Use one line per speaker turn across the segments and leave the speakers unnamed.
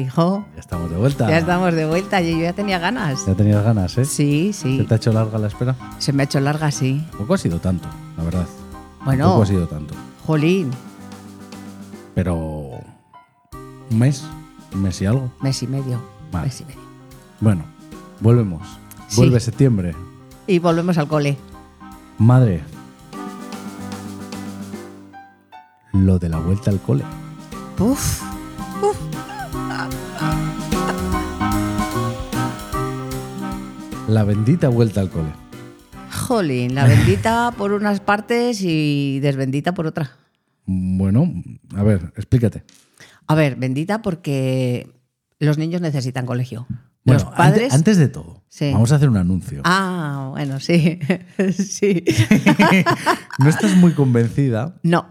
hijo.
Ya estamos de vuelta.
Ya estamos de vuelta. Yo yo ya tenía ganas.
Ya tenías ganas, ¿eh?
Sí,
¿Se
sí.
te ha hecho larga la espera?
Se me ha hecho larga, sí.
Tampoco ha sido tanto, la verdad.
Bueno.
Tampoco ha sido tanto.
Jolín,
Pero. Un mes. Un mes y algo.
mes y medio.
Vale.
Mes y medio.
Bueno, volvemos.
Sí.
Vuelve septiembre.
Y volvemos al cole.
Madre. Lo de la vuelta al cole.
Uf.
La bendita vuelta al cole.
Jolín, la bendita por unas partes y desbendita por otra.
Bueno, a ver, explícate.
A ver, bendita porque los niños necesitan colegio.
Bueno,
los
ante-
padres.
antes, de todo,
Sí.
vamos a hacer un anuncio.
Ah, bueno, sí. sí.
No
ah.
estás muy convencida.
No,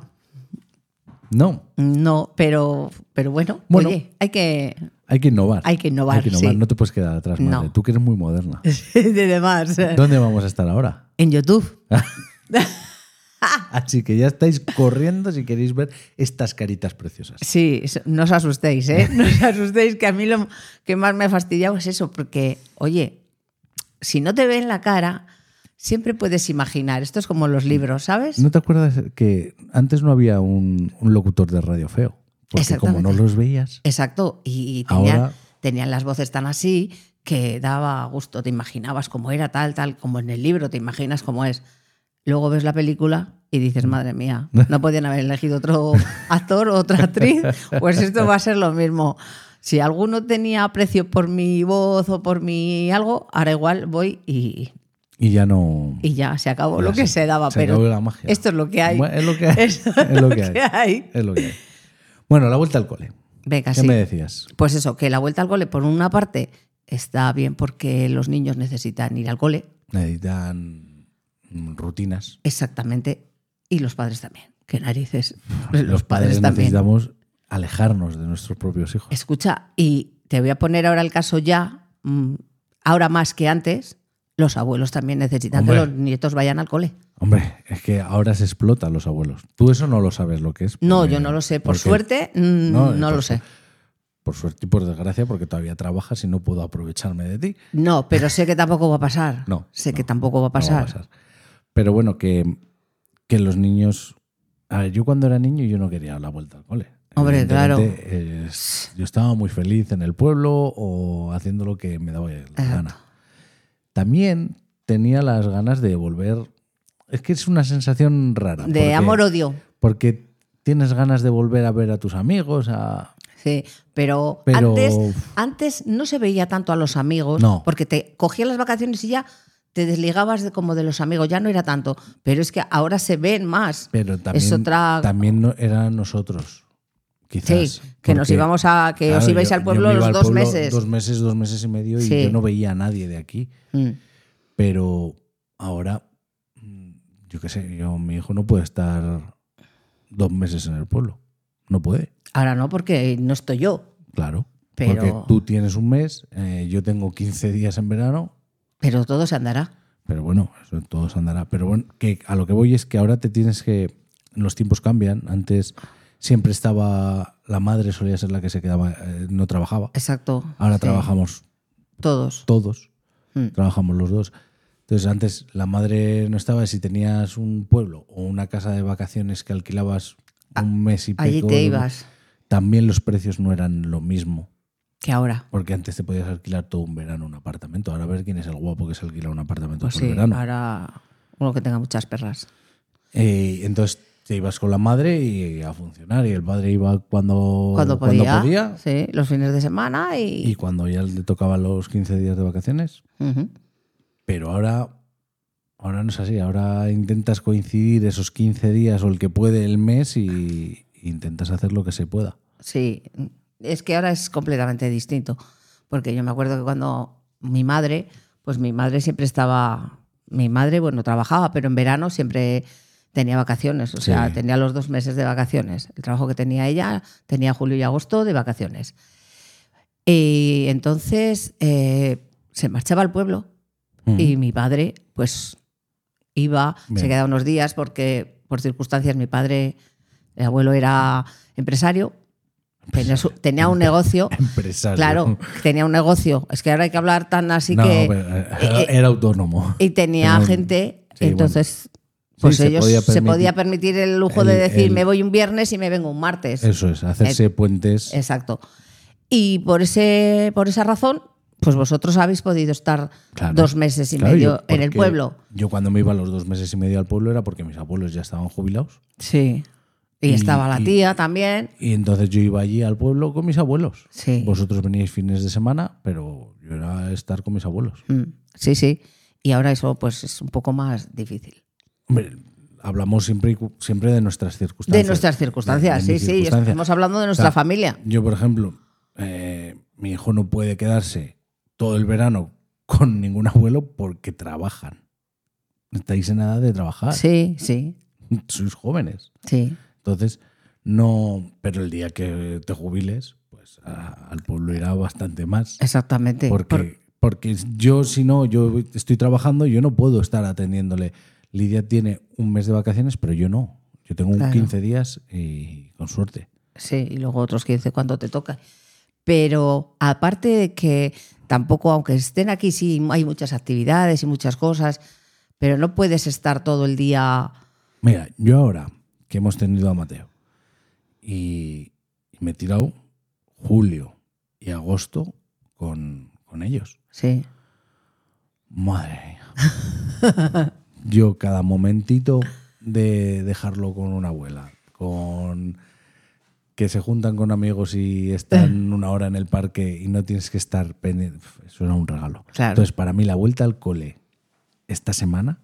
No,
no, pero, pero bueno,
Bueno.
oye, hay que.
hay que innovar.
Hay que innovar,
Hay que innovar.
sí.
No te puedes quedar atrás,
No.
madre. Tú que eres muy moderna.
de demás.
¿Dónde vamos a estar ahora?
En YouTube.
Así que ya estáis corriendo si queréis ver estas caritas preciosas.
Sí, eso- no os asustéis, ¿eh? No os asustéis, que a mí lo que más me ha fastidiado es eso, porque, oye, si no te ven la cara, siempre puedes imaginar. Esto es como los libros, ¿sabes?
¿No te acuerdas que antes no había un, un locutor de radio feo? Porque como no
Exactamente.
los veías,
Exacto. Y, y tenían,
Ahora-
tenían las voces tan así que daba gusto, te imaginabas cómo era tal, tal, como en el libro, te imaginas cómo es. Luego ves la película y dices,
Mm.
madre mía, no podían haber elegido otro actor, otra actriz, pues esto va a ser lo mismo. Si alguno tenía aprecio por mi voz o por mi algo, ahora igual voy y,
y ya no.
y ya se acabó
Ahora
lo que
sí,
se daba,
se
pero
acabó la magia.
esto es lo que hay.
Bueno, es lo que hay.
Eso
es lo que hay.
hay.
Es lo que hay. Bueno, la vuelta al cole.
Venga,
¿Qué
sí.
me decías?
Pues eso, que la vuelta al cole, por una parte, está bien porque los niños necesitan ir al cole,
Necesitan mm, rutinas.
exactamente, y los padres también. Qué narices. Pues Los,
Los padres necesitamos alejarnos de nuestros propios hijos.
Escucha, y te voy a poner ahora el caso ya, mm, ahora más que antes, los abuelos también necesitan que
Hombre.
los nietos vayan al cole.
Hombre, es que ahora se explota a los abuelos. Tú eso no lo sabes lo que es.
No,
porque-
yo no lo sé. Por
porque-
suerte, mm,
No, eh,
no,
por
lo sé.
Por suerte y por desgracia, porque todavía trabajas y no puedo aprovecharme de ti.
No, pero sé que tampoco va a pasar.
No,
Sé
no,
que tampoco va a
No va a
pasar.
pasar. Pero bueno, que, que los niños. A ver, yo cuando era niño yo no quería dar la vuelta al cole.
Hombre, claro.
Evidentemente, eh, es- yo estaba muy feliz en el pueblo o haciendo lo que me daba la gana. También tenía las ganas de volver. Es que es una sensación rara.
De amor-odio.
Porque tienes ganas de volver a ver a tus amigos, a.
Sí, pero,
Pero-
Antes, antes no se veía tanto a los amigos,
No.
porque te cogías las vacaciones y ya te desligabas de, como de los amigos, ya no era tanto, pero es que ahora se ven más.
Pero también,
es otra
también no, era nosotros. Quizás.
Sí, que nos
porque-
íbamos a que os
Claro,
ibais
yo-
al
yo
pueblo
me iba
los
al
dos
pueblo
meses.
Dos meses, dos meses y medio, y
Sí.
yo no veía a nadie de aquí.
Mm.
Pero ahora, mm, yo qué sé, yo, mi hijo no puede estar dos meses en el pueblo. No puede,
Ahora no, porque no estoy yo,
claro.
Pero-
Porque tú tienes un mes, eh, yo tengo 15 días en verano,
pero todo se andará.
pero bueno, eso todo se andará. Pero bueno, que a lo que voy es que ahora te tienes que. Los tiempos cambian. Antes siempre estaba. La madre solía ser la que se quedaba, eh, no trabajaba.
Exacto.
Ahora
sí,
trabajamos
Todos.
todos,
Mm.
trabajamos los dos. Entonces antes la madre no estaba, si tenías un pueblo o una casa de vacaciones que alquilabas un mes y pico,
Ah, Allí te ibas,
también los precios no eran lo mismo,
que ahora.
porque antes te podías alquilar todo un verano un apartamento. Ahora a ver quién es el guapo que se alquila un apartamento
Pues
por el
sí,
verano.
ahora uno que tenga muchas perras.
Eh, entonces te ibas con la madre y a funcionar y el padre iba Pues cuando,
Cuando podía,
podía,
Sí, los fines de semana y...
y cuando ya le tocaban los 15 días de vacaciones
Ujú.
Pero ahora, ahora no es así. Ahora intentas coincidir esos 15 días o el que puede el mes y intentas hacer lo que se pueda.
Sí, es que ahora es completamente distinto, porque yo me acuerdo que cuando mi madre, pues mi madre siempre estaba, mi madre, bueno, trabajaba, pero en verano siempre tenía vacaciones, o sea,
Sí.
tenía los dos meses de vacaciones. El trabajo que tenía ella tenía julio y agosto de vacaciones. Y entonces eh, se marchaba al pueblo y mi padre, pues, iba,
Bien.
se quedaba unos días porque, por circunstancias, mi padre, el abuelo era empresario Tenía, su- tenía un negocio.
Empresario.
Claro, tenía un negocio. Es que ahora hay que hablar tan así
No,
que.
pero era,
eh, eh,
era autónomo.
y tenía
Tenía un-
gente,
sí,
entonces. Pues
Sí, se
ellos
podía
se
permitir-
podía permitir el lujo de
el-
decir,
el-
me voy un viernes y me vengo un martes.
Eso es, hacerse
Eh,
puentes.
Exacto. Y por, ese, por esa razón, pues vosotros habéis podido estar
Claro.
dos meses y
Claro,
medio
yo-
en el
porque
pueblo.
Yo cuando me iba los dos meses y medio al pueblo era porque mis abuelos ya estaban jubilados.
Sí. Y,
Y-
estaba la
y-
tía también.
Y entonces yo iba allí al pueblo con mis abuelos.
Sí.
Vosotros veníais fines de semana, pero yo era estar con mis abuelos.
Mm, Sí, sí. Y ahora eso pues es un poco más difícil.
Hombre, hablamos siempre, y cu- siempre de nuestras circunstancias.
de nuestras circunstancias,
De- de mis
sí, sí.
circunstancias.
Estamos hablando de nuestra
O sea,
familia.
Yo, por ejemplo, eh, mi hijo no puede quedarse todo el verano con ningún abuelo porque trabajan. Estáis en edad de trabajar.
Sí, sí,
Sois jóvenes.
sí.
Entonces, no. Pero el día que te jubiles, pues a- al pueblo irá bastante más.
Exactamente.
Porque,
Por-
porque yo, si no, yo estoy trabajando, yo no puedo estar atendiéndole. Lidia tiene un mes de vacaciones, pero yo no. Yo tengo un
Claro.
15 días y con suerte.
Sí, y luego otros 15 cuando te toca. Pero aparte de que tampoco, aunque estén aquí, sí hay muchas actividades y muchas cosas, pero no puedes estar todo el día.
Mira, yo ahora que hemos tenido a Mateo y, y me he tirado julio y agosto con, con ellos.
Sí,
Madre mía. Yo cada momentito de dejarlo con una abuela, con que se juntan con amigos y están una hora en el parque y no tienes que estar pendiente. Uf, Eso era un regalo.
Claro.
Entonces, para mí, la vuelta al cole esta semana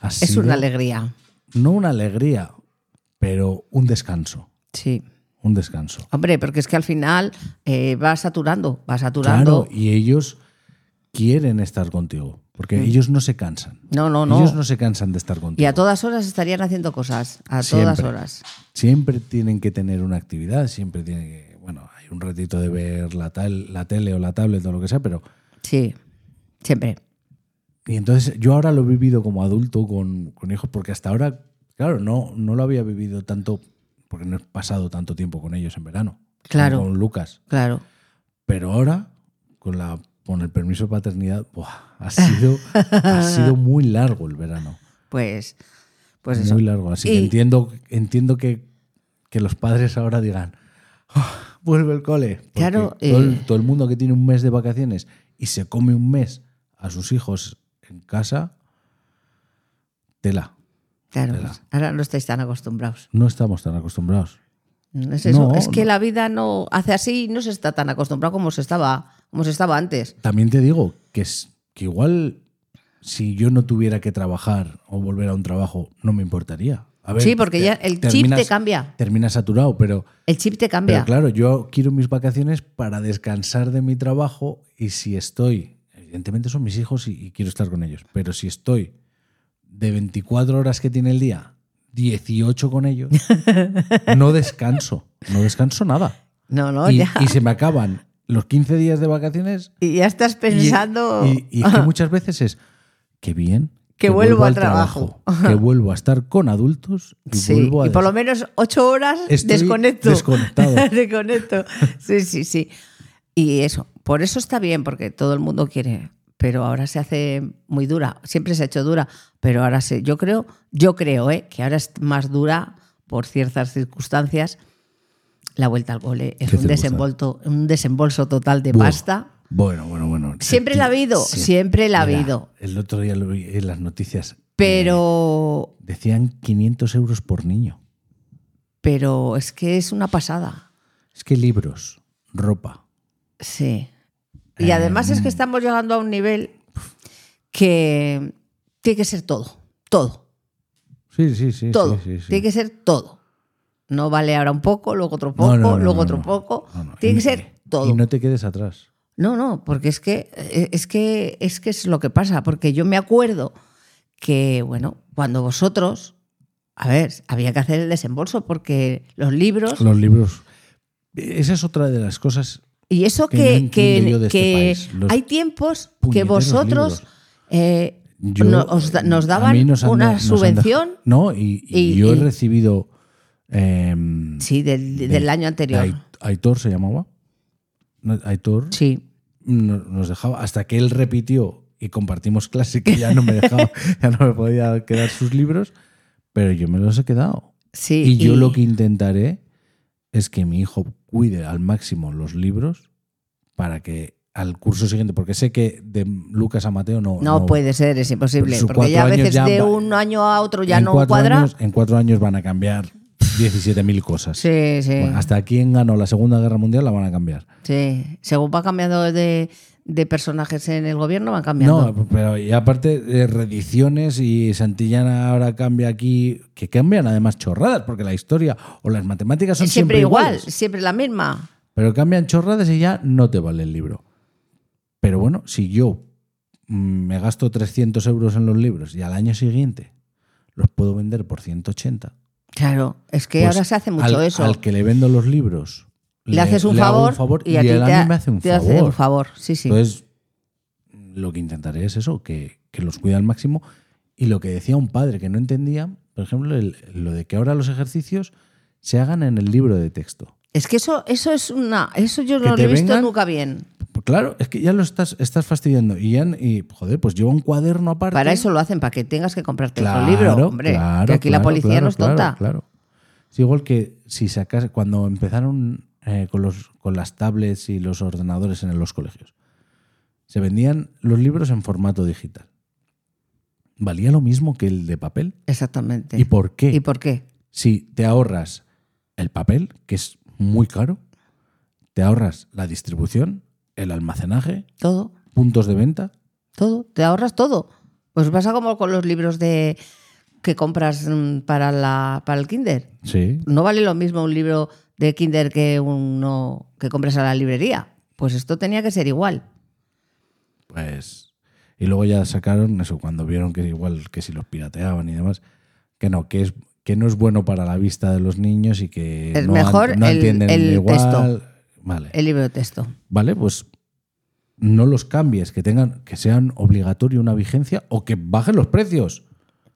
ha
es
sido
una alegría.
no una alegría, pero un descanso.
Sí.
Un descanso.
Hombre, porque es que al final eh, vas saturando, vas saturando.
Claro, y ellos quieren estar contigo, porque ellos no se cansan.
No, no, no.
Ellos no se cansan de estar contigo.
Y a todas horas estarían haciendo cosas, a todas
Siempre.
horas.
siempre tienen que tener una actividad, siempre tienen que, bueno, hay un ratito de ver la, tal, la tele o la tablet o lo que sea, pero...
Sí, siempre.
Y entonces yo ahora lo he vivido como adulto con, con hijos, porque hasta ahora, claro, no, no lo había vivido tanto, porque no he pasado tanto tiempo con ellos en verano.
Claro.
Con Lucas.
Claro.
Pero ahora, con, la, con el permiso de paternidad, ¡buah! ha, sido, ha sido muy largo el verano.
Pues, pues eso.
muy largo. Así que
Y-
entiendo, entiendo que, que los padres ahora digan, "Ah, vuelve el cole. Porque
Claro,
Todo, el-
eh.
todo el mundo que tiene un mes de vacaciones y se come un mes a sus hijos en casa, tela.
Claro, ahora no estáis tan acostumbrados.
No estamos tan acostumbrados.
No Es, eso.
No,
es que
no.
la vida no hace así y no se está tan acostumbrado como se estaba, como se estaba antes.
También te digo que, es, que igual si yo no tuviera que trabajar o volver a un trabajo, no me importaría. A ver,
Sí, porque
te-
ya el chip te cambia.
Terminas saturado, pero...
El chip te
Pero
cambia.
claro, yo quiero mis vacaciones para descansar de mi trabajo y si estoy, evidentemente son mis hijos y, y quiero estar con ellos, pero si estoy de 24 horas que tiene el día, 18 con ellos, no descanso, no descanso nada.
No, no,
y,
Oh, ya.
y se me acaban los 15 días de vacaciones
Y ya estás
y-
pensando.
Y, y es que muchas veces es, qué bien.
Que vuelvo
vuelva
al trabajo".
que vuelvo a estar con adultos y
Sí,
vuelvo a
y por
des-
lo menos ocho horas
Estoy
desconecto.
desconectado.
Desconecto. Sí, sí, sí. Y eso, por eso está bien, porque todo el mundo quiere, pero ahora se hace muy dura. Siempre se ha hecho dura, pero ahora se, yo creo, yo creo, ¿eh? que ahora es más dura por ciertas circunstancias. La vuelta al cole es
¿Qué
un desenvolto, un desembolso total de
Buah.
pasta.
Bueno, bueno, bueno.
Siempre la ha habido, siempre la ha
Mira,
habido.
El otro día lo vi en las noticias.
Pero,
Decían 500 euros por niño.
pero es que es una pasada.
Es que libros, ropa.
Sí. Y además
Em.
es que estamos llegando a un nivel que tiene que ser todo, todo,
Sí, sí, sí.
todo.
sí, sí, sí.
Tiene que ser todo. No vale ahora un poco, luego otro poco,
No, no, no,
luego
no,
otro
no.
poco.
No, no.
Tiene
Y-
que ser todo.
Y no te quedes atrás.
No, no, porque es que, eh, es que es que es lo que pasa, porque yo me acuerdo que, bueno, cuando vosotros, a ver, había que hacer el desembolso porque los libros
Los libros. Esa es otra de las cosas.
y eso
que no
que,
entiendo
que-
yo de este
que
país, los
hay tiempos que
puñeteros
vosotros
libros.
eh,
Yo-
no- os da- nos
a
daban
mí nos han-
una
nos han
subvención
dejado- no, y, y
Y-
yo he
y-
recibido. em,
sí, del, del
de-
año anterior.
de- Aitor se llamaba. No, Aitor
Sí.
no- nos dejaba hasta que él repitió y compartimos clase que ya no me dejaba, ya no me podía quedar sus libros, pero yo me los he quedado.
Sí.
Y yo lo que intentaré es que mi hijo cuide al máximo los libros para que al curso siguiente, porque sé que de Lucas a Mateo no
No, puede ser, es imposible.
Pero su
Porque ya a
cuatro años
veces
ya
de
va-
un año a otro ya
en
no
cuatro
cuadra.
años- en cuatro años van a cambiar 17.000 cosas.
Sí, sí,
Bueno, pues hasta quién ganó la Segunda Guerra Mundial la van a cambiar.
sí. Según va cambiando de, de personajes en el gobierno, van cambiando.
No, pero y aparte eh, reediciones y Santillana ahora cambia aquí, que cambian además chorradas, porque la historia o las matemáticas son
Es
siempre,
siempre igual,
iguales.
siempre la misma.
Pero cambian chorradas y ya no te vale el libro. Pero bueno, si yo mm, me gasto 300 euros en los libros y al año siguiente los puedo vender por 180.
Claro, es que
pues
ahora se hace mucho
al-
eso.
Al que le vendo los libros.
le, haces un,
hago
favor,
y,
a ti
él a
te,
mí
ha-
me hace un
te
favor.
hace un favor. Sí, sí.
Entonces, lo que intentaré es eso, que, que los cuide al máximo. Y lo que decía un padre que no entendía, por ejemplo, el- lo de que ahora los ejercicios se hagan en el libro de texto.
es que eso, eso es una. Eso yo
Que
no lo
te
he visto
vengan-
nunca bien.
Pues claro, es que ya lo estás, estás fastidiando. Y, ya, y joder, pues lleva un cuaderno aparte.
Para eso lo hacen, para que tengas que comprarte
Claro,
otro libro, hombre.
claro,
que aquí la
claro,
policía
claro,
no es
claro,
tonta.
Claro. Es igual que si sacas, cuando empezaron eh, con, los, con las tablets y los ordenadores en los colegios, se vendían los libros en formato digital. ¿Valía lo mismo que el de papel?
Exactamente.
¿Y por qué?
¿Y por qué?
si te ahorras el papel, que es muy caro, te ahorras la distribución, el almacenaje,
Todo.
puntos de venta,
Todo, te ahorras todo. Pues pasa como con los libros de que compras mm, para la para el Kinder.
sí,
No vale lo mismo un libro de Kinder que uno que compras a la librería. Pues esto tenía que ser igual.
Pues. Y luego ya sacaron eso cuando vieron que igual que si los pirateaban y demás, que no, que es que no es bueno para la vista de los niños y que
Es
no,
mejor
an- no
el-
entienden
el
igual.
texto.
Vale.
El libro de texto.
Vale, pues no los cambies, que tengan, que sean obligatorio una vigencia o que bajen los precios.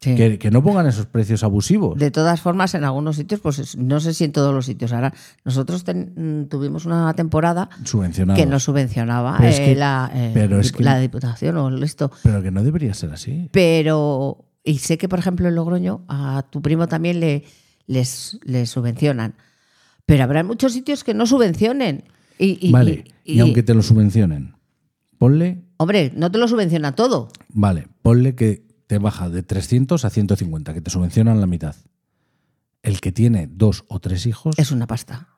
Sí.
Que, que no pongan esos precios abusivos.
De todas formas, en algunos sitios, pues es- no sé si en todos los sitios. Ahora, nosotros ten- mm, tuvimos una temporada
subvencionados.
que nos subvencionaba
Pero es
eh,
que-
la, eh,
pero es
dip-
que-
la diputación o esto.
Pero que no debería ser así.
Pero, y sé que, por ejemplo, en Logroño a tu primo también le, les, le subvencionan. Pero habrá muchos sitios que no subvencionen. Y, y-
vale.
y-
y
y-
aunque te lo subvencionen, ponle
Hombre, no te lo subvenciona todo.
Vale, ponle que te baja de 300 a 150, que te subvencionan la mitad. El que tiene dos o tres hijos,
Es una pasta.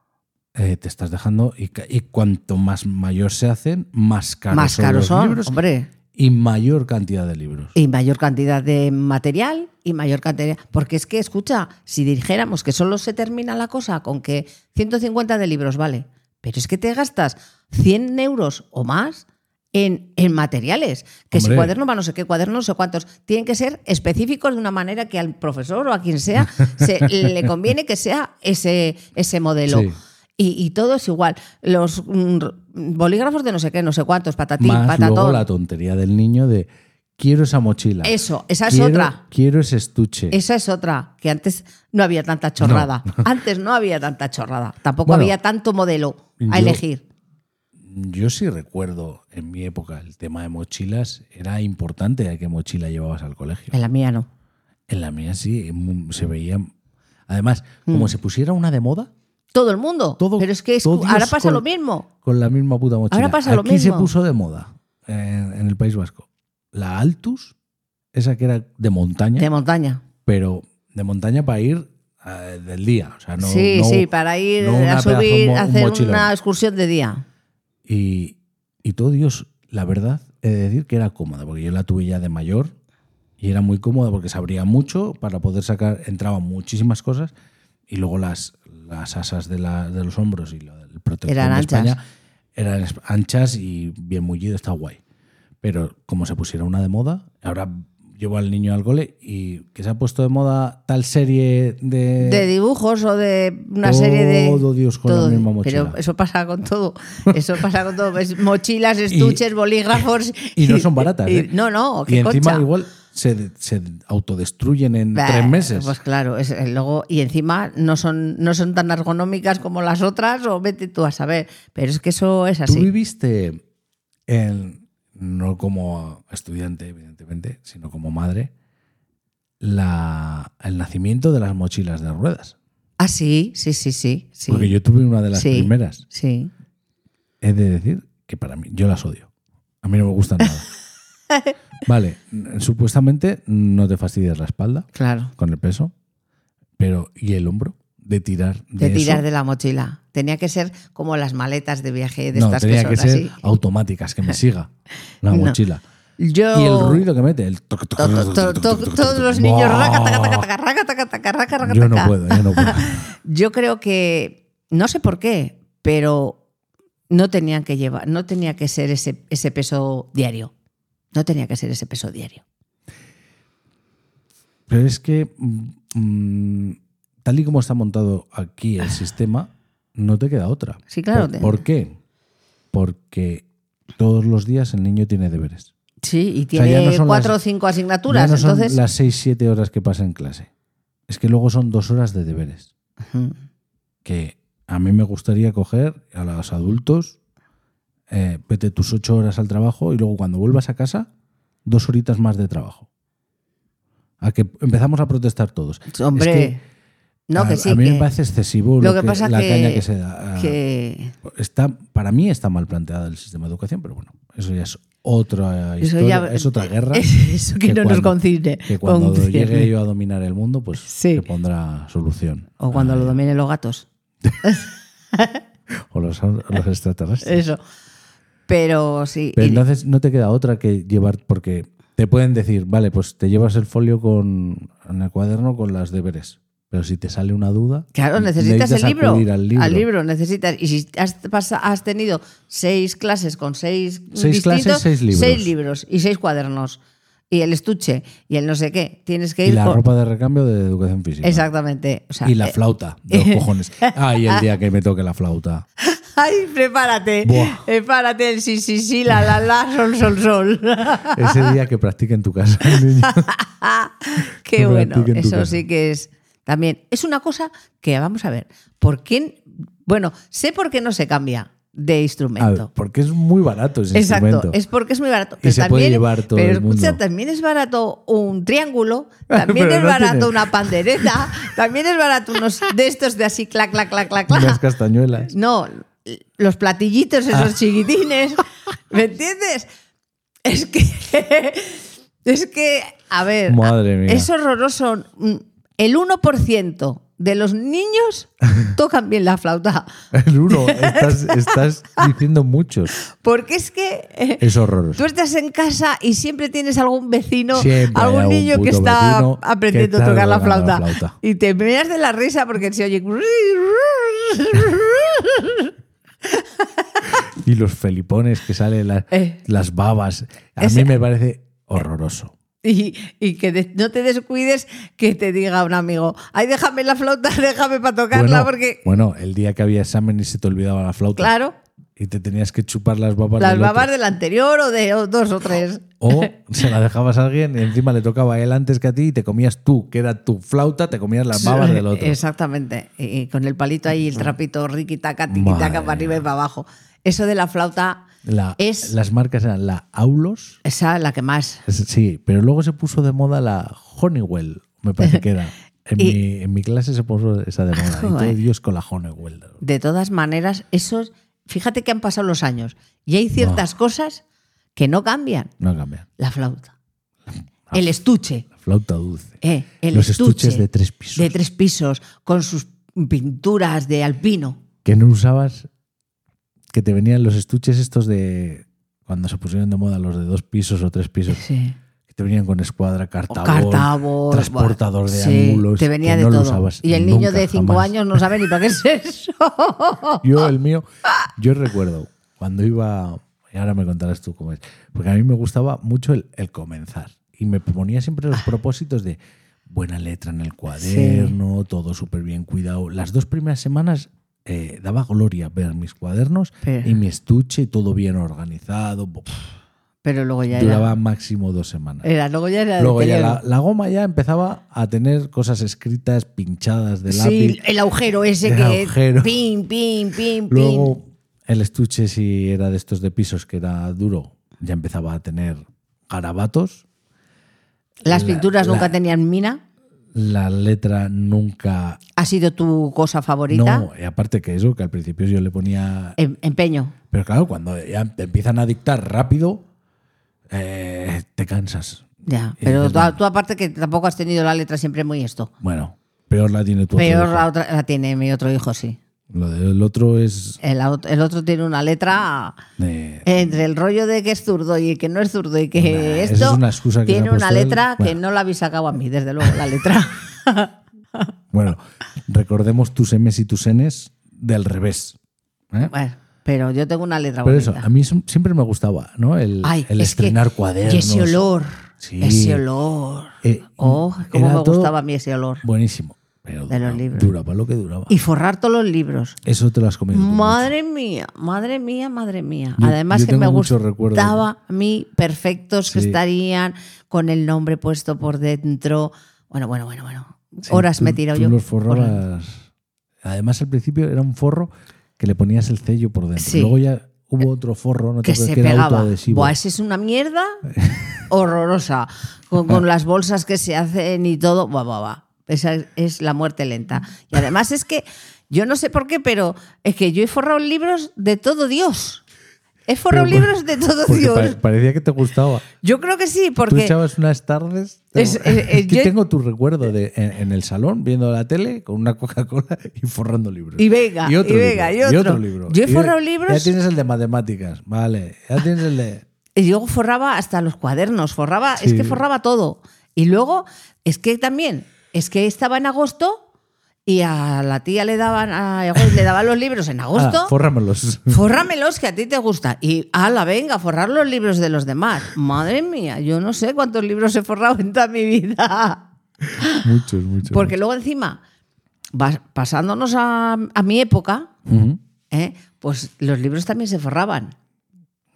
eh, te estás dejando, y, ca- y cuanto más mayor se hacen, más caros
Más
son
caros
los
son,
libros
hombre.
y mayor cantidad de libros.
Y mayor cantidad de material y mayor cantidad. Porque es que, escucha, si dijéramos que solo se termina la cosa con que 150 de libros, vale. Pero es que te gastas 100 euros o más en, en materiales. Que si
Hombre.
cuaderno va no sé qué, cuaderno no sé cuántos. Tienen que ser específicos de una manera que al profesor o a quien sea se, le conviene que sea ese, ese modelo.
Sí.
Y, y todo es igual. Los mm, bolígrafos de no sé qué, no sé cuántos, patatín,
más luego
patatón.
la tontería del niño de quiero esa mochila.
Eso, esa es
quiero,
otra.
Quiero ese estuche.
Esa es otra, que antes no había tanta chorrada. Antes no había tanta chorrada. Tampoco
Bueno,
había tanto modelo a
yo-
elegir.
Yo sí recuerdo en mi época el tema de mochilas, era importante a qué mochila llevabas al colegio.
En la mía no.
En la mía sí, mm, se veía. Además,
Mm.
como se pusiera una de moda,
Todo el mundo.
Todo-
Pero es que es-
todo
ahora
Dios
pasa
con-
lo mismo.
con la misma puta mochila.
Ahora pasa lo
Aquí se
mismo.
puso de moda eh, en el País Vasco. La Altus, esa que era de montaña,
De montaña.
pero de montaña para ir eh, del día. O sea, no,
sí,
no-
sí, para ir
no una
a
pedazo,
subir,
un mo-
a
un
hacer
mochilón.
una excursión de día.
Y, y todo Dios, la verdad, he de decir que era cómoda, porque yo la tuve ya de mayor y era muy cómoda porque se abría mucho para poder sacar, entraban muchísimas cosas y luego las, las asas de, la- de los hombros y lo del protector
Eran
de
anchas.
España eran es- anchas y bien mullido, está guay. Pero como se pusiera una de moda, ahora llevo al niño al cole y que se ha puesto de moda tal serie de...
De dibujos o de una serie de.
Eh, Todo Dios con la misma mochila.
Pero eso pasa con todo. Eso pasa con todo. Ves mochilas, estuches, bolígrafos.
y no son baratas, ¿eh?
No, no.
y
qué
encima
concha.
igual se, de- se autodestruyen en
Bah,
tres meses.
Pues claro, es el logo. Y encima no son, no son tan ergonómicas como las otras, o vete tú a saber. Pero es que eso es
Tú
así.
viviste, en- no como estudiante, evidentemente, sino como madre, la- el nacimiento de las mochilas de ruedas.
Ah, sí, sí, sí, sí. sí.
Porque yo tuve una de las
Sí.
primeras.
Sí.
He de decir que para mí, yo las odio. A mí no me gustan nada. Vale, n- supuestamente no te fastidias la espalda
Claro.
con el peso, pero ¿y el hombro? De tirar de,
De, tirar
eso?
de la mochila. Tenía que ser como las maletas de viaje de
No,
estas
tenía
que
que
son
ser
así.
automáticas, que me siga la
No.
mochila.
Yo.
Y el ruido que mete, el toc, toc,
to-
toc, toc,
to- to-
toc,
to-
toc,
Todos
toc.
los niños.
Buah.
raca, taca, taca, taca, raca, taca, taca, raca, raca,
Yo no
taca.
puedo, yo no puedo.
Yo creo que, no sé por qué, pero no tenían que llevar, no tenía que ser ese, ese peso diario. No tenía que ser ese peso diario.
Pero es que, mm, mm, tal y como está montado aquí el sistema, no te queda otra.
Sí, claro,
¿Por,
te-
por qué? Porque todos los días el niño tiene deberes.
Sí, y
sea,
tiene
ya no son
cuatro
las-
o cinco
Ya
asignaturas,
no son
entonces.
las 6, 7 horas que pasa en clase. Es que luego son dos horas de deberes.
Ujú.
Que a mí me gustaría coger a los adultos, eh, vete tus ocho horas al trabajo y luego cuando vuelvas a casa, dos horitas más de trabajo. A que empezamos a protestar todos.
Hombre,
Es que
no,
a,
que sí.
a mí
que,
me parece excesivo
lo
lo
que
que-
pasa
la
que-
caña que se da. a-
que
Está, para mí está mal planteado el sistema de educación, pero bueno, eso ya es otra
eso
historia,
ya-
es otra guerra.
Eso que,
que
no nos
cuando-
concierne.
Que cuando
concierne.
llegue yo a dominar el mundo, pues
Sí.
se pondrá solución.
O cuando
Ah,
lo dominen los gatos.
O los, o los extraterrestres.
Eso. Pero sí.
Pero
y-
entonces no te queda otra que llevar, porque te pueden decir, vale, pues te llevas el folio con, en el cuaderno con las deberes. Pero si te sale una duda.
Claro, necesitas el libro,
acudir Al libro.
necesitas. Y si has, pasa- has tenido seis clases con seis,
Seis
distintos,
clases, seis libros.
libros y seis cuadernos. Y el estuche y el no sé qué. Tienes que
Y
ir
la
con-
ropa de recambio de educación física.
Exactamente. o sea,
Y la
eh,
flauta, de los cojones. Ay, el día que me toque la flauta.
Ay, prepárate.
Buah.
Prepárate el sí, sí, sí, la, la, la, sol, sol, sol.
Ese día que practique en tu casa. el niño.
Qué
No me
bueno,
aplique en tu
eso
casa.
sí que es también. Es una cosa que vamos a ver. ¿Por qué? Bueno, sé por qué no se cambia de
A ver,
instrumento.
porque es muy barato ese
Exacto,
instrumento.
es porque es muy barato.
Y se puede llevar todo
pero
el mundo.
escucha, también es barato un triángulo, también
Pero
es
no
barato
tiene-
una pandereta, también es barato unos de estos de así, clac, clac, clac, clac,
Unas Ah.
clac.
castañuelas.
No, los platillitos, esos chiquitines. ¿Me entiendes? Es que. Es que, a ver.
Madre mía.
Es horroroso. Mm, El 1% de los niños tocan bien la flauta.
El uno, estás, estás diciendo muchos.
Porque es que. eh,
Es horroroso.
Tú estás en casa y siempre tienes algún vecino,
Siempre hay
algún
algún
niño que
puto
está
vecino que
aprendiendo a
está
tocar la
tocando la
flauta.
flauta.
Y te miras de la risa porque se oye.
Y los felipones que salen la-
Eh.
las babas. A
Ese-
mí me parece horroroso.
Y, y que de- no te descuides que te diga un amigo, ay, déjame la flauta, déjame para tocarla,
Bueno,
porque,
bueno, el día que había examen y se te olvidaba la flauta.
claro,
Y te tenías que chupar las babas.
las
del otro.
babas del anterior o de o dos o tres.
O se la dejabas a alguien y encima le tocaba a él antes que a ti y te comías tú, que era tu flauta, te comías las babas del otro.
Exactamente. Y con el palito ahí, el trapito riquitaca,
Madre
tiquitaca, para arriba y
mía.
para abajo. Eso de la flauta,
La-
Es-
Las marcas eran la Aulos.
esa la que más.
es- Sí, pero luego se puso de moda la Honeywell, me parece que era. En,
Y-
mi, en mi clase se puso esa de moda. Y todo
Joder.
Dios con la Honeywell.
De todas maneras, esos, fíjate que han pasado los años y hay ciertas cosas que no cambian.
No cambia.
La flauta, el estuche.
La flauta dulce.
Eh, el
Ah. Los
estuche
estuches de tres pisos.
de tres pisos, con sus pinturas de alpino.
Que no usabas. Que te venían los estuches estos de. Cuando se pusieron de moda los de dos pisos o tres pisos.
Sí.
Que te venían con escuadra,
O
cartabón.
cartabón.
transportador de
Sí,
ángulos,
Te venía
que
de
no lo
todo.
usabas
y el
nunca,
niño de cinco
jamás.
años ah, no sabe ni para qué es eso.
Yo, el mío, yo recuerdo cuando iba, y ahora me contarás tú cómo es, porque a mí me gustaba mucho el, el comenzar y me ponía siempre los propósitos de buena letra en el cuaderno, todo súper bien cuidado. Las dos primeras semanas eh, daba gloria ver mis cuadernos
Pero-
y mi estuche, todo bien organizado. Bo- pf,
Pero luego ya era.
Duraba máximo dos semanas.
era- Luego ya era.
Luego ya la,
deterioro.
la goma ya empezaba a tener cosas escritas, pinchadas de lápiz.
Sí, el agujero ese
El
que.
agujero.
Pim, pim, pim, pim.
Luego el estuche, si era de estos de pisos que era duro, ya empezaba a tener garabatos.
Las
la-
pinturas
la-
nunca tenían mina.
La letra nunca...
¿Ha sido tu cosa favorita?
No, y aparte que eso, que al principio yo le ponía...
Em- empeño.
Pero claro, cuando ya te empiezan a dictar rápido, eh, te cansas.
Ya.
Y
Pero
dices,
tú,
bueno.
tú aparte que tampoco has tenido la letra siempre muy esto.
Bueno, peor la tiene tu otro
Peor
hijo.
la otra la tiene mi otro hijo, sí.
Lo del otro es...
El, aut- el otro tiene una letra
eh,
entre el rollo de que es zurdo y que no es zurdo y que
Nah, esa
esto
es una excusa que se
tiene
ha
una
puesto él.
letra que
Bueno.
no la habéis sacado a mí, desde luego, la letra.
bueno, recordemos tus M's y tus N's del revés. ¿eh?
bueno, pero yo tengo una letra
Pero
bonita.
eso, a mí som- siempre me gustaba, ¿no? El,
Ay,
el
es que-
estrenar cuadernos.
Y ese olor.
Sí.
Ese olor.
Eh,
Oh, cómo
era
me
todo
gustaba a mí ese olor.
Buenísimo. Pero
De los
duraba-
libros.
Duraba lo que duraba.
Y forrar todos los libros.
Eso te lo has comido. tú mucho.
Madre mía, madre mía, madre mía.
Yo-
Además
yo
que me
tengo muchos recuerdos.
gustaba a mí perfectos que
Sí.
estarían con el nombre puesto por dentro. Bueno, bueno, bueno, bueno.
Sí,
Horas
tú-
me he tirado
tú
yo.
los
Horas.
forrabas. Además, al principio era un forro que le ponías el sello por dentro.
Sí.
Luego ya hubo otro forro, no te
que
acuerdas,
se
que era
pegaba.
autoadhesivo.
Buah, ese es una mierda horrorosa. Con, con las bolsas que se hacen y todo. Buah, buah, buah. Esa es- es la muerte lenta. Y además es que, yo no sé por qué, pero es que yo he forrado libros de todo Dios. He forrado
Pero por-
libros de todo
Porque
Dios.
pa- parecía que te gustaba.
Yo creo que sí,
Tú
porque
echabas unas tardes.
Es-
tengo-
eh, eh,
Aquí
yo-
tengo tu recuerdo de, en, en el salón, viendo la tele, con una Coca-Cola y forrando libros.
Y venga, y venga,
libro,
y otro.
libro.
Yo he
Y-
forrado
Ya
libros-
tienes el de matemáticas, vale. Ya tienes el de.
y yo forraba hasta los cuadernos, forraba, es
Sí.
que forraba todo. Y luego, es que también, es que estaba en agosto y a la tía le daban, a Egoíz le daban los libros en agosto.
Ah, fórramelos.
Fórramelos que a ti te gusta. Y ala, venga, forrar los libros de los demás. Madre mía, yo no sé cuántos libros he forrado en toda mi vida.
muchos, muchos.
Porque luego encima, vas- pasándonos a, a mi época,
muchos. Ujú.
¿eh? pues los libros también se forraban.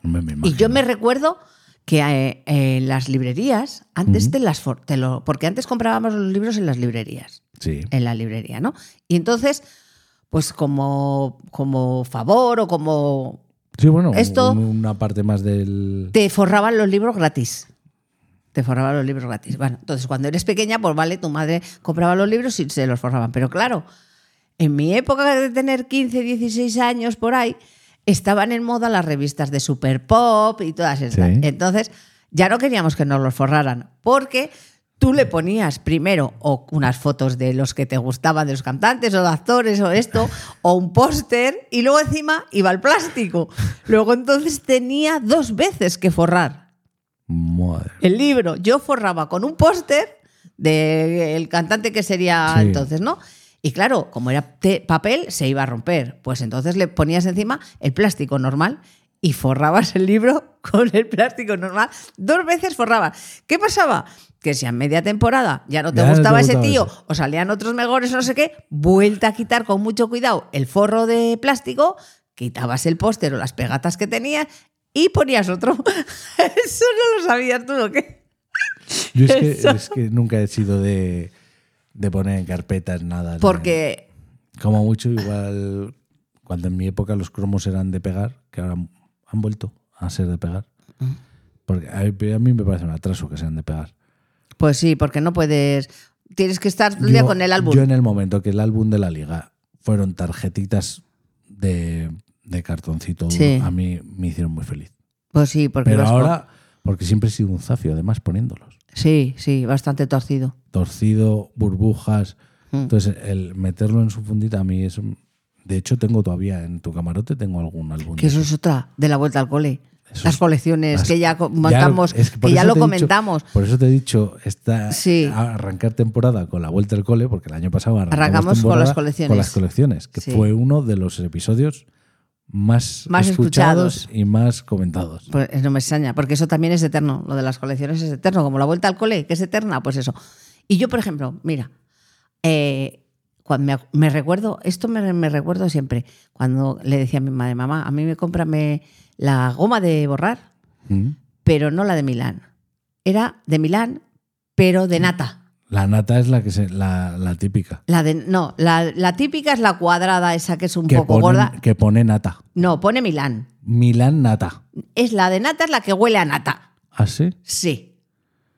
Hombre, me
Y
imagino.
yo me recuerdo que eh, eh, las librerías, antes te las for- te lo, porque antes comprábamos los libros en las librerías,
Sí.
en la librería, ¿no? Y entonces, pues como, como favor o como
Sí, bueno,
esto-
un- una parte más del.
te forraban los libros gratis. Te forraban los libros gratis. Bueno, entonces cuando eres pequeña, pues vale, tu madre compraba los libros y se los forraban. Pero claro, en mi época de tener 15, 16 años por ahí, estaban en moda las revistas de Super Pop y todas estas.
Sí.
Entonces, ya no queríamos que nos los forraran, porque tú le ponías primero o unas fotos de los que te gustaban, de los cantantes o de actores o esto, o un póster, y luego encima iba el plástico. Luego entonces tenía dos veces que forrar
Madre.
el libro. Yo forraba con un póster del cantante que sería
Sí.
entonces, ¿no? Y claro, como era te- papel, se iba a romper. Pues entonces le ponías encima el plástico normal y forrabas el libro con el plástico normal. Dos veces forrabas. ¿Qué pasaba? Que si a media temporada ya no te
Ya no te
gustaba ese
gustaba
tío
ese.
o salían otros mejores o no sé qué, vuelta a quitar con mucho cuidado el forro de plástico, quitabas el póster o las pegatas que tenías y ponías otro. Eso no lo sabías tú, ¿o qué?
Yo es que,
Eso.
es que nunca he sido de, de poner en carpetas nada.
Porque
no. Como mucho, igual. Cuando en mi época los cromos eran de pegar, que ahora han vuelto a ser de pegar. Porque a a mí me parece un atraso que sean de pegar.
Pues sí, porque no puedes. Tienes que estar todo el
Yo-
día con el álbum.
Yo en el momento que el álbum de la liga fueron tarjetitas de, de cartoncito, duro,
Sí.
a mí me hicieron muy feliz.
Pues sí, porque
Pero
vas con-
ahora, porque siempre he sido un zafio, además poniéndolos.
Sí, sí, bastante torcido.
Torcido, burbujas.
Mm.
Entonces, el meterlo en su fundita a mí es... un- De hecho, tengo todavía en tu camarote, tengo algún álbum.
Que
de
eso es otra de la vuelta al cole.
Eso
Las
es-
colecciones
las-
que ya co-
lo-
montamos,
es
que,
por
ya
eso
lo
te he dicho-
comentamos.
por eso te he dicho, esta,
Sí.
a- arrancar temporada con la vuelta al cole, porque el año pasado arrancamos,
Arrancamos con
temporada
las colecciones.
Con las colecciones, que
Sí.
fue uno de los episodios más,
Más
escuchados, y más comentados.
Pues no me extraña, porque eso también es eterno. Lo de las colecciones es eterno, como la vuelta al cole, que es eterna, pues eso. Y yo, por ejemplo, mira, eh, cuando me, ac- me recuerdo, esto me, me recuerdo siempre, cuando le decía a mi madre, mamá, a mí me cómprame la goma de borrar,
¿Mm?
pero no la de Milán. Era de Milán, pero de nata.
La nata es la que se, la, la típica.
La de, no, la, la típica es la cuadrada, esa que es un
que
poco
pone-
gorda.
Que pone nata.
No, pone Milán.
Milán nata.
Es la de nata, es la que huele a nata.
¿Ah, sí?
Sí.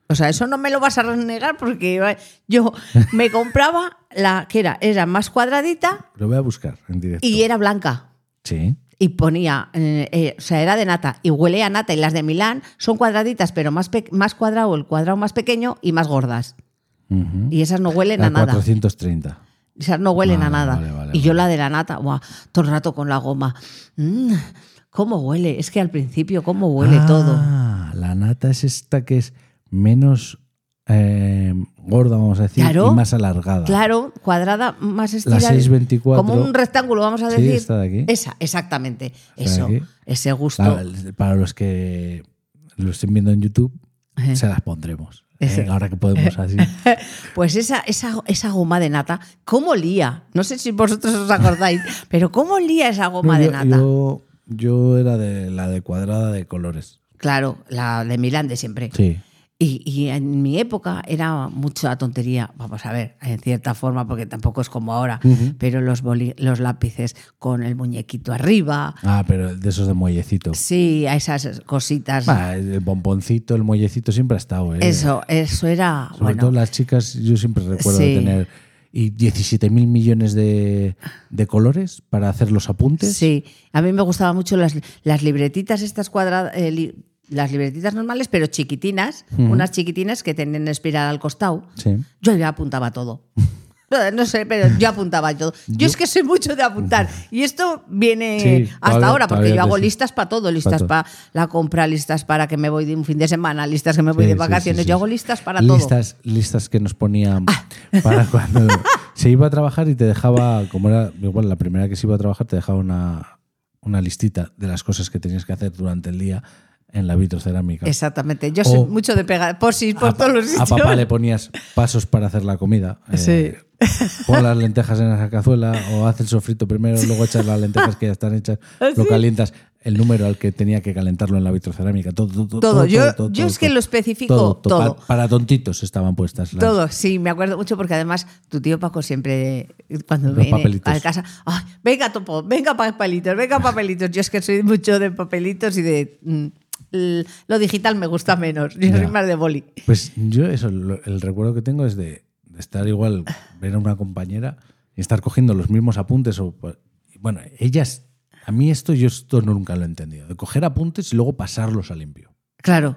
O sea, eso no me lo vas a renegar porque eh, yo me compraba la que era, era más cuadradita
Lo voy a buscar en directo.
y era blanca.
Sí.
Y ponía, eh, eh, o sea, era de nata y huele a nata. Y las de Milán son cuadraditas, pero más, pe- más cuadrado, el cuadrado más pequeño y más gordas.
Ujú.
Y esas no huelen
La
a nada.
430.
Esas no huelen a
Vale,
nada.
vale, vale,
y yo
vale.
la de la nata, buah, todo el rato con la goma. Mm, ¿Cómo huele? Es que al principio, ¿cómo huele
Ah,
todo?
La nata es esta que es menos eh, gorda, vamos a decir,
Claro.
y más alargada.
Claro, cuadrada más
La
estirada.
624.
Como un rectángulo, vamos a
Sí,
decir.
esta de aquí.
Esa, exactamente.
Esta de
Eso,
aquí.
ese gusto.
Claro, para los que lo estén viendo en YouTube,
Ajá.
se las pondremos.
Eso.
Eh, ahora que podemos así.
Pues esa, esa, esa goma de nata, ¿cómo olía? No sé si vosotros os acordáis, pero ¿cómo olía esa goma
No,
de
yo-
nata?
Yo, yo era de la de cuadrada de colores.
Claro, la de Milán de siempre.
Sí.
Y, y en mi época era mucha tontería, vamos a ver, en cierta forma, porque tampoco es como ahora,
Ujú.
pero los, boli- los lápices con el muñequito arriba,
Ah, pero de esos de muellecito.
sí, a esas cositas.
Ah, el bomboncito, el muellecito siempre ha estado. ¿eh?
Eso, eso era.
Sobre
bueno,
todo las chicas, yo siempre recuerdo
Sí.
tener y 17 mil millones de, de colores para hacer los apuntes.
Sí, a mí me gustaban mucho las, las libretitas estas cuadradas, las libretitas normales, pero chiquitinas, unas chiquitinas que tenían espiral al costado.
Sí.
Yo ya apuntaba todo. No, no sé, pero yo apuntaba todo. Yo, es que soy mucho de apuntar. Y esto viene
Sí,
hasta
todavía-
ahora, porque
todavía
yo
te
hago
sí.
listas para todo, listas
todo.
para la compra, listas para que me voy de un fin de semana, listas que me voy
Sí,
de
sí, sí,
vacaciones.
sí.
Yo hago listas para todo. Ah.
listas, listas que nos ponían para cuando se iba a trabajar y te dejaba, como era igual la primera que se iba a trabajar, te dejaba una, una listita de las cosas que tenías que hacer durante el día en la vitrocerámica.
Exactamente. Yo soy
O-
mucho de pegar posis por
a, pa-
todos los
a
sitios.
papá le ponías pasos para hacer la comida. eh, Pon las lentejas en esa cazuela o haz el sofrito primero, luego echas las lentejas que ya están hechas,
Ah,
lo calientas, el número al que tenía que calentarlo en la vitrocerámica, todo, todo, todo.
Todo. Yo-
todo,
yo
todo,
es que
todo.
lo especifico
to- pa-
todo.
Para, tontitos estaban puestas. las-
Todo, sí, me acuerdo mucho porque además tu tío Paco siempre, eh, cuando
Los
viene
papelitos.
a casa, "Ay, venga topo, venga papelitos, venga papelitos. Yo es que soy mucho de papelitos y de... mm, l- lo digital me gusta menos, yo
Ya.
soy más de boli.
Pues yo eso, lo- el recuerdo que tengo es de, de estar igual, ver a una compañera y estar cogiendo los mismos apuntes. O, bueno, ellas, a mí esto yo esto nunca lo he entendido, de coger apuntes y luego pasarlos a limpio.
Claro,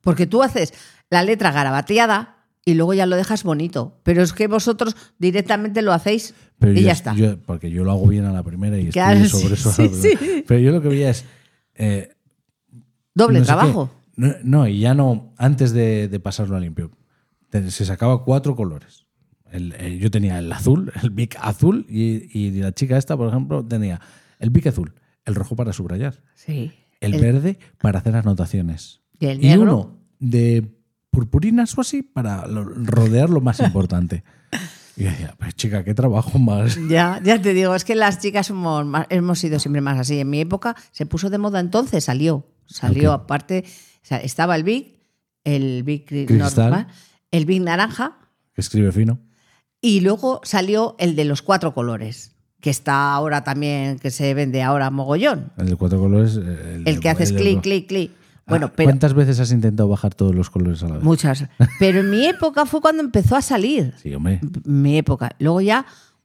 porque tú haces la letra garabateada y luego ya lo dejas bonito, pero es que vosotros directamente lo hacéis
Pero
y
yo-
ya está.
yo- porque yo lo hago bien a la primera y
Claro,
estoy sobre
sí,
eso.
sí, sí.
Pero yo lo que veía es. eh,
Doble
no sé
trabajo.
qué. No, no, y ya no, antes de, de pasarlo a limpio, te- se sacaba cuatro colores. El- el- yo tenía el azul, el big azul, y, y la chica esta, por ejemplo, tenía el big azul, el rojo para subrayar,
Sí.
el,
El-
verde para hacer anotaciones.
Y el negro.
uno de purpurinas o así para lo- rodear lo más importante. Y yo decía, pues chica, qué trabajo más.
Ya, ya te digo, es que las chicas somos más- hemos sido siempre más así. En mi época se puso de moda entonces, salió. Salió
Ok.
aparte, o sea, estaba el Big, el Big cri-
Cristal.
normal, el Big naranja
que escribe fino.
y luego salió el de los cuatro colores, que está ahora también, que se vende ahora mogollón.
El de cuatro colores. eh,
El que
de-
haces
el de-
clic, clic, clic.
Ah,
Bueno, pero
¿Cuántas veces has intentado bajar todos los colores a la vez?
muchas. Pero en mi época fue cuando empezó a salir.
Sí, hombre.
Mi época. Luego ya,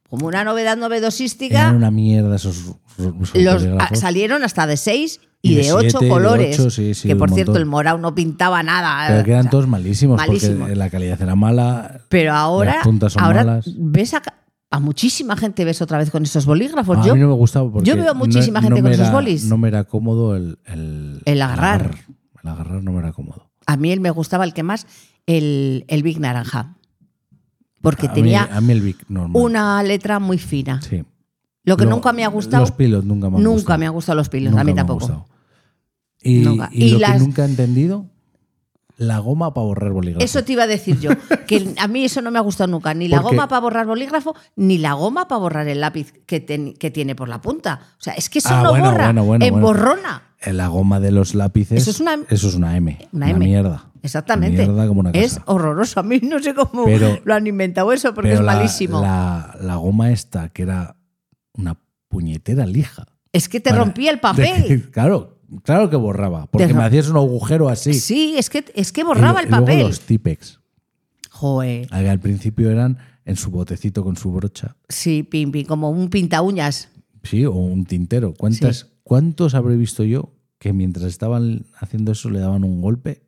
como una novedad novedosística,
Eran una mierda esos, esos
Los ah, a-
bolígrafos.
salieron hasta de seis
Y
y,
de
de ocho
siete, de
colores.
ocho, sí, sí,
que
un
por cierto,
montón.
el morado no pintaba nada.
Pero que eran
O sea,
todos malísimos,
malísimos.
porque la calidad era mala.
pero ahora,
Las puntas son
ahora
malas.
ves a, ca- a muchísima gente ves otra vez con esos bolígrafos.
a
Pues Yo,
mí no me gustaba porque
yo veo muchísima gente
me
con sus
era-
bolis.
No me era cómodo el, el,
El agarrar.
El agarrar no me era cómodo.
A mí él me gustaba el que más, el, el Big Naranja. Porque
a, mí,
tenía
a mí el Vic normal.
una letra muy fina.
Sí.
Lo que
Lo-
nunca me ha gustado,
Los pilos nunca me han
nunca
gustado.
me han gustado los pilos,
Nunca
a mí
me han
tampoco.
gustado. Y,
Nunca.
y
Y
lo
las-
que nunca he entendido, la goma para borrar bolígrafos.
Eso te iba a decir yo, que a mí eso no me ha gustado nunca, ni la
Porque-
goma para borrar bolígrafo, ni la goma para borrar el lápiz que, ten- que tiene por la punta. O sea, es que eso
Ah,
no
bueno,
borra,
bueno, bueno, bueno.
emborrona.
en la goma de los lápices.
Eso es una-
eso es una M.
Una
Una,
M.
mierda.
Exactamente.
Mierda como una
es
casa.
horroroso. A mí no sé cómo
Pero-
lo han inventado eso, porque
Pero
es
la-
malísimo.
La, la goma esta, que era una puñetera lija.
es que te
Para-
rompía el papel.
claro, claro que borraba. Porque
Te-
me hacías un agujero así.
Sí, es que, es que borraba
Y-
el
y luego
papel.
los Tipex.
Joder,
Al al principio eran en su botecito con su brocha.
sí, pim, pim, como un pinta uñas.
Sí, o un tintero. ¿Cuántas, ¿Cuántos habré visto yo que mientras estaban haciendo eso le daban un golpe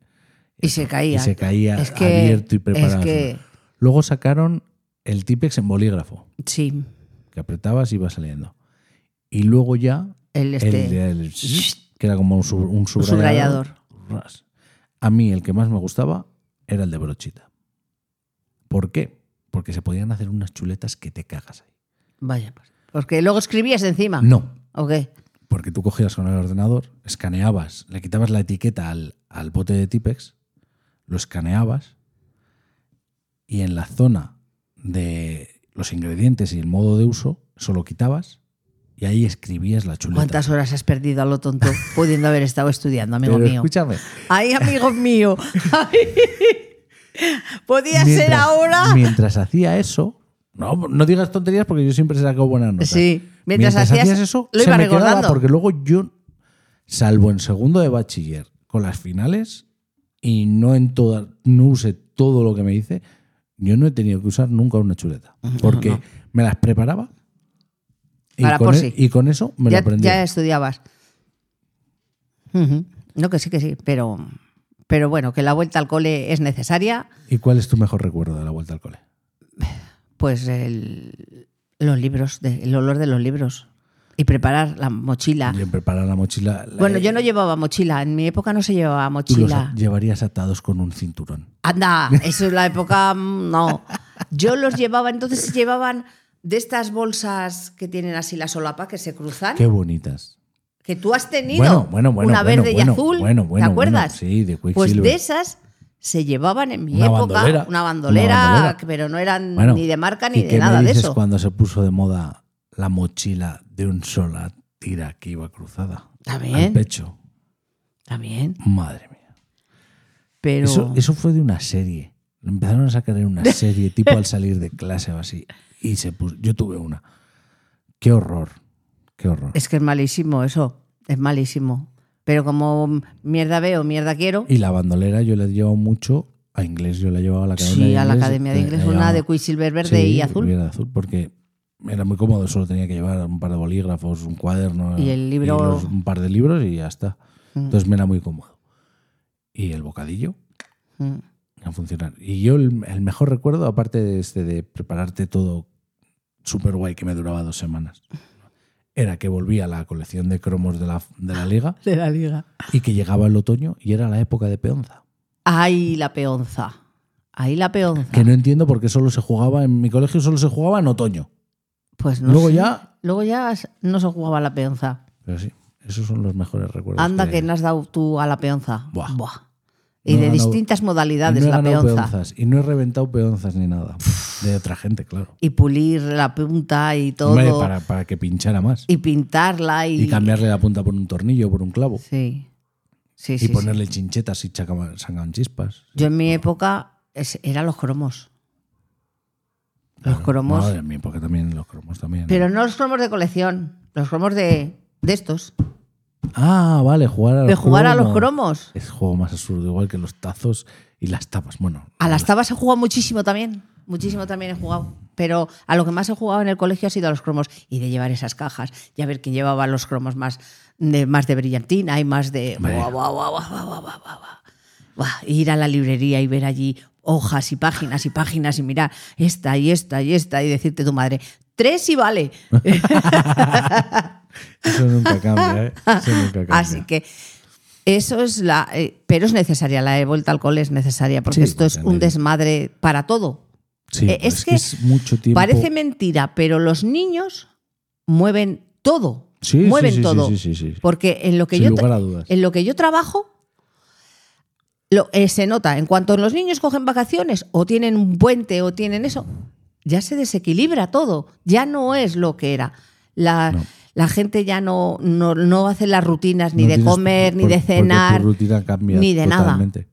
Y se caía.
y se caía
Es que-
abierto y preparado?
Es que,
Luego sacaron el Tipex en bolígrafo,
sí,
que apretabas y iba saliendo. Y luego ya
el
el,
este.
el- que era como un, sub- un subrayador.
subrayador.
Ras. A mí el que más me gustaba era el de brochita. ¿Por qué? Porque se podían hacer unas chuletas que te cagas ahí.
Vaya, pues. porque luego escribías encima.
No,
¿O qué?
Porque tú cogías con el ordenador, escaneabas, le quitabas la etiqueta al, al bote de Tipex, lo escaneabas y en la zona de los ingredientes y el modo de uso, solo quitabas y ahí escribías la chuleta.
¿Cuántas horas has perdido a lo tonto pudiendo haber estado estudiando, amigo
Pero
mío?
Escúchame.
Ay, amigo mío. Ay. Podía ser
mientras-
ahora.
Mientras hacía eso, no, no digas tonterías porque yo siempre sacaba buenas notas.
Sí. Mientras, hacías,
eso,
lo
se
iba
me quedaba,
recordando.
porque luego yo, salvo en segundo de bachiller, con las finales, y no en todas, no usé todo lo que me hice, yo no he tenido que usar nunca una chuleta. Porque me las preparaba y,
Para
con
por
e-
sí.
y con eso me lo
ya,
aprendí.
ya estudiabas. Ujú. No, que sí, que sí, pero, pero bueno, que la vuelta al cole es necesaria,
¿Y cuál es tu mejor recuerdo de la vuelta al cole?
pues el- los libros, de- el olor de los libros y preparar la mochila.
Yo preparar la mochila. la-
Ah.
eh,
Bueno, yo no llevaba mochila, en mi época no se
Tú
llevaba
los
mochila.
llevarías atados con un cinturón.
Anda, eso es la época. mm, No. Yo los llevaba, entonces llevaban de estas bolsas que tienen así la solapa que se cruzan,
Qué bonitas.
que tú has tenido.
Bueno, bueno, bueno.
Ah. Una
bueno,
verde
bueno,
y azul.
Bueno, bueno,
¿Te
bueno.
acuerdas?
sí, de
pues
Quicksilver.
de esas se llevaban en mi
Una
época
bandolera.
una bandolera,
Una bandolera.
pero no eran
Bueno,
ni de marca
¿Y
ni
qué
de
me
nada de
dices
eso.
cuando se puso de moda la mochila de un sola tira que iba cruzada al
También,
pecho?
también.
Madre mía.
Pero
Eso, eso fue de una serie. Lo empezaron a sacar en una serie, tipo al salir de clase o así. Y se puso, yo tuve una. Qué horror. Qué horror.
es que es malísimo eso. Es malísimo. Pero como mierda veo, mierda quiero.
Y la bandolera yo la he llevado mucho a inglés. Yo la llevaba a la academia de
Sí,
inglés. eh,
a la Academia de
la- la
Inglés, una
llevaba-
de Quicksilver verde
Sí,
y azul.
verde azul, porque era muy cómodo, solo tenía que llevar un par de bolígrafos, un cuaderno.
Y el libro- Mm.
los- un par de libros y ya está. Entonces me era muy cómodo. Y el bocadillo
Mm.
a funcionar. Y yo el, el mejor recuerdo, aparte de este de prepararte todo súper guay que me duraba dos semanas, era que volvía a la colección de cromos de la, de la liga
De la liga.
y que llegaba el otoño y era la época de peonza.
Ay, la peonza. Ahí la peonza.
Que no entiendo por qué solo se jugaba, en mi colegio solo se jugaba en otoño.
Pues no
Luego
sé.
ya- Pues
Luego ya s- no se jugaba a la peonza.
Pero sí, esos son los mejores recuerdos.
Anda que no has dado tú a la peonza.
Buah.
Y
No he
de
ganado-
distintas modalidades
no he
la
ganado
peonza.
peonzas, y no he reventado peonzas ni nada. De otra gente, claro.
Y pulir la punta y todo.
Hombre, para, para que pinchara más.
Y pintarla y.
Y, cambiarle la punta por un tornillo, por un clavo.
Sí. Sí,
y
sí. sí.
ponerle chinchetas y chacama- sacaban chispas.
Yo en mi época es- era los cromos. Los
Claro.
cromos.
Madre mía, porque también los cromos también. ¿eh?
Pero no los cromos de colección. Los cromos de, de estos.
Ah, vale, jugar a los
De jugar a los
cromos.
cromos.
Es juego más absurdo, igual que los tazos y las tapas. Bueno,
A las tabas he jugado muchísimo también. Muchísimo también he jugado. Pero a lo que más he jugado en el colegio ha sido a los cromos y de llevar esas cajas y a ver quién llevaba los cromos más de, más de brillantina y más de.
Hombre.
Buah, buah, buah, buah, buah, buah, buah, buah, buah. Buah, ir a la librería y ver allí hojas y páginas y páginas y mirar esta y esta y esta y decirte tu madre, tres y vale.
eh, eso nunca cambia, ¿eh? Eso nunca cambia.
Así que eso es la. eh, pero es necesaria, la vuelta al cole es necesaria porque
Sí,
esto es un
entendí.
desmadre para todo.
Sí,
eh,
pues
es
es que
que
es mucho tiempo.
Parece mentira, pero los niños mueven todo.
Sí, sí,
mueven
sí, sí,
todo.
sí, sí, sí.
Porque en lo que
Sin
yo tra-
lugar a dudas.
en lo que yo trabajo lo- eh, se nota, en cuanto los niños cogen vacaciones o tienen un puente o tienen eso, ya se desequilibra todo, ya no es lo que era. La,
No.
la gente ya no, no, no hace las rutinas ni
No
de
tienes-
comer, ni
por-
de
porque
cenar.
Tu rutina cambia
ni de nada.
totalmente.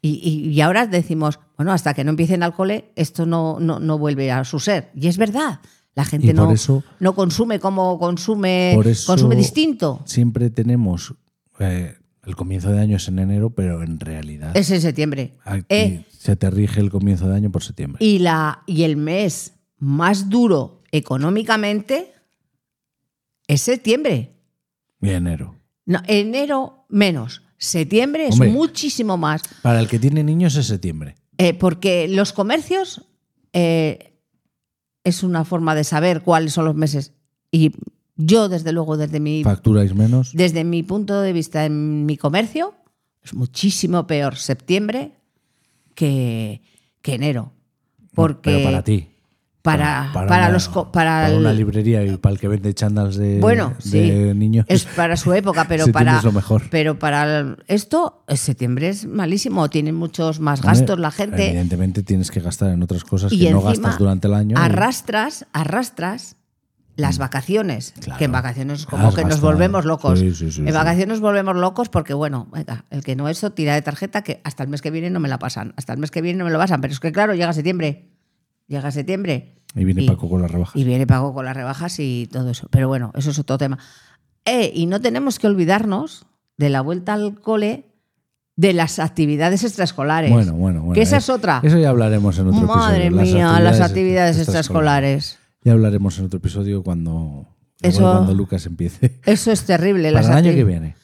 Y, y- y ahora decimos, bueno, hasta que no empiecen al cole, esto no, no, no vuelve a su ser. Y es verdad, la gente
Y por
no,
eso-
no consume como consume,
Por eso-
consume distinto.
Siempre tenemos eh, el comienzo de año es en enero, pero en realidad
Es en septiembre.
aquí
Eh,
se te rige el comienzo de año por septiembre.
y, la, y el mes más duro económicamente es septiembre.
Y enero.
No, enero menos. Septiembre es
Hombre.
muchísimo más.
Para el que tiene niños es septiembre.
Eh, porque los comercios eh, es una forma de saber cuáles son los meses. Y yo, desde luego, desde mi,
Facturáis menos.
desde mi punto de vista en mi comercio, es muchísimo peor septiembre que, que enero. Porque
pero para ti.
Para, para,
una-
los, co-
para
para el-
una librería y para el que vende chándals de,
Bueno,
de
sí.
niños.
es para su época, pero
Septiembre
para
es lo mejor.
pero para el- esto eh, septiembre es malísimo, tienen muchos más
Hombre,
gastos la gente.
Evidentemente tienes que gastar en otras cosas
Y
pues que no
encima
gastas durante el año. y- Mm.
Arrastras, arrastras las vacaciones,
Claro.
que en vacaciones como
Las
que nos
gastas.
volvemos locos.
Sí, sí, sí,
en
sí.
vacaciones nos volvemos locos porque, bueno, venga, el que no eso tira de tarjeta que hasta el mes que viene no me la pasan, hasta el mes que viene no me lo pasan, pero es que claro, llega septiembre, llega septiembre.
Y viene
Y-
Paco con la rebaja.
Y viene pago con las rebajas y todo eso. Pero bueno, eso es otro tema. Eh, y no tenemos que olvidarnos de la vuelta al cole de las actividades extraescolares.
Bueno, bueno, bueno.
que esa
eh,
es otra.
Eso ya hablaremos en otro
Madre
episodio.
mía, las actividades extraescolares.
Ya hablaremos en otro episodio cuando, igual
Eso-
cuando Lucas empiece.
Eso es terrible.
Para
las
el año
acti-
que viene.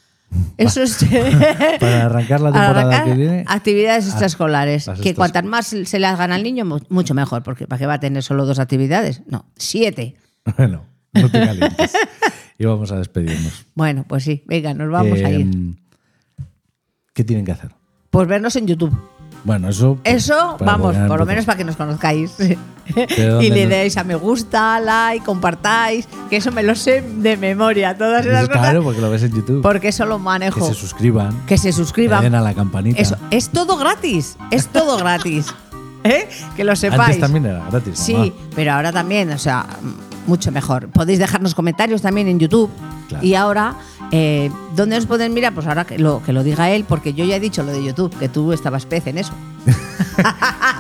Eso es.
Para arrancar la temporada
Arrancar
que viene. Ah,
actividades extraescolares.
las
que
extras-
cuantas más se las gana al niño, mu- mucho mejor. Porque ¿para qué va a tener solo dos actividades? No, siete.
Bueno, no te calientes. y vamos a despedirnos.
Bueno, pues sí, venga, nos vamos a
Eh,
ir.
¿Qué tienen que hacer?
Pues vernos en YouTube.
Bueno, eso.
Eso,
para
vamos,
poner-
por lo menos para que nos conozcáis. Y
dónde
le
nos-
deis a me gusta, like, compartáis, que eso me lo sé de memoria, todas esas
Eso, Claro,
cosas.
porque lo ves en YouTube.
Porque eso lo
que
manejo.
se suscriban.
Que se
le den
suscriban.
a la campanita.
Eso, es todo gratis. Es todo gratis. ¿Eh? Que lo sepáis.
Antes también era gratis.
Sí,
mamá.
pero ahora también, o sea, mm, mucho mejor. Podéis dejarnos comentarios también en YouTube.
Claro.
Y ahora, eh, ¿dónde nos pueden mirar? Pues ahora que lo, que lo diga él, porque yo ya he dicho lo de YouTube, que tú estabas pez en eso.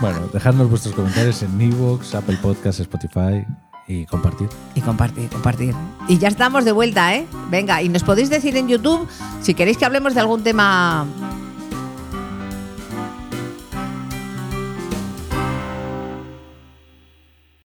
Bueno, dejadnos vuestros comentarios en Evox, Apple Podcasts, Spotify y compartir.
Y compartir, compartir. Y ya estamos de vuelta, ¿eh? Venga, y nos podéis decir en YouTube si queréis que hablemos de algún tema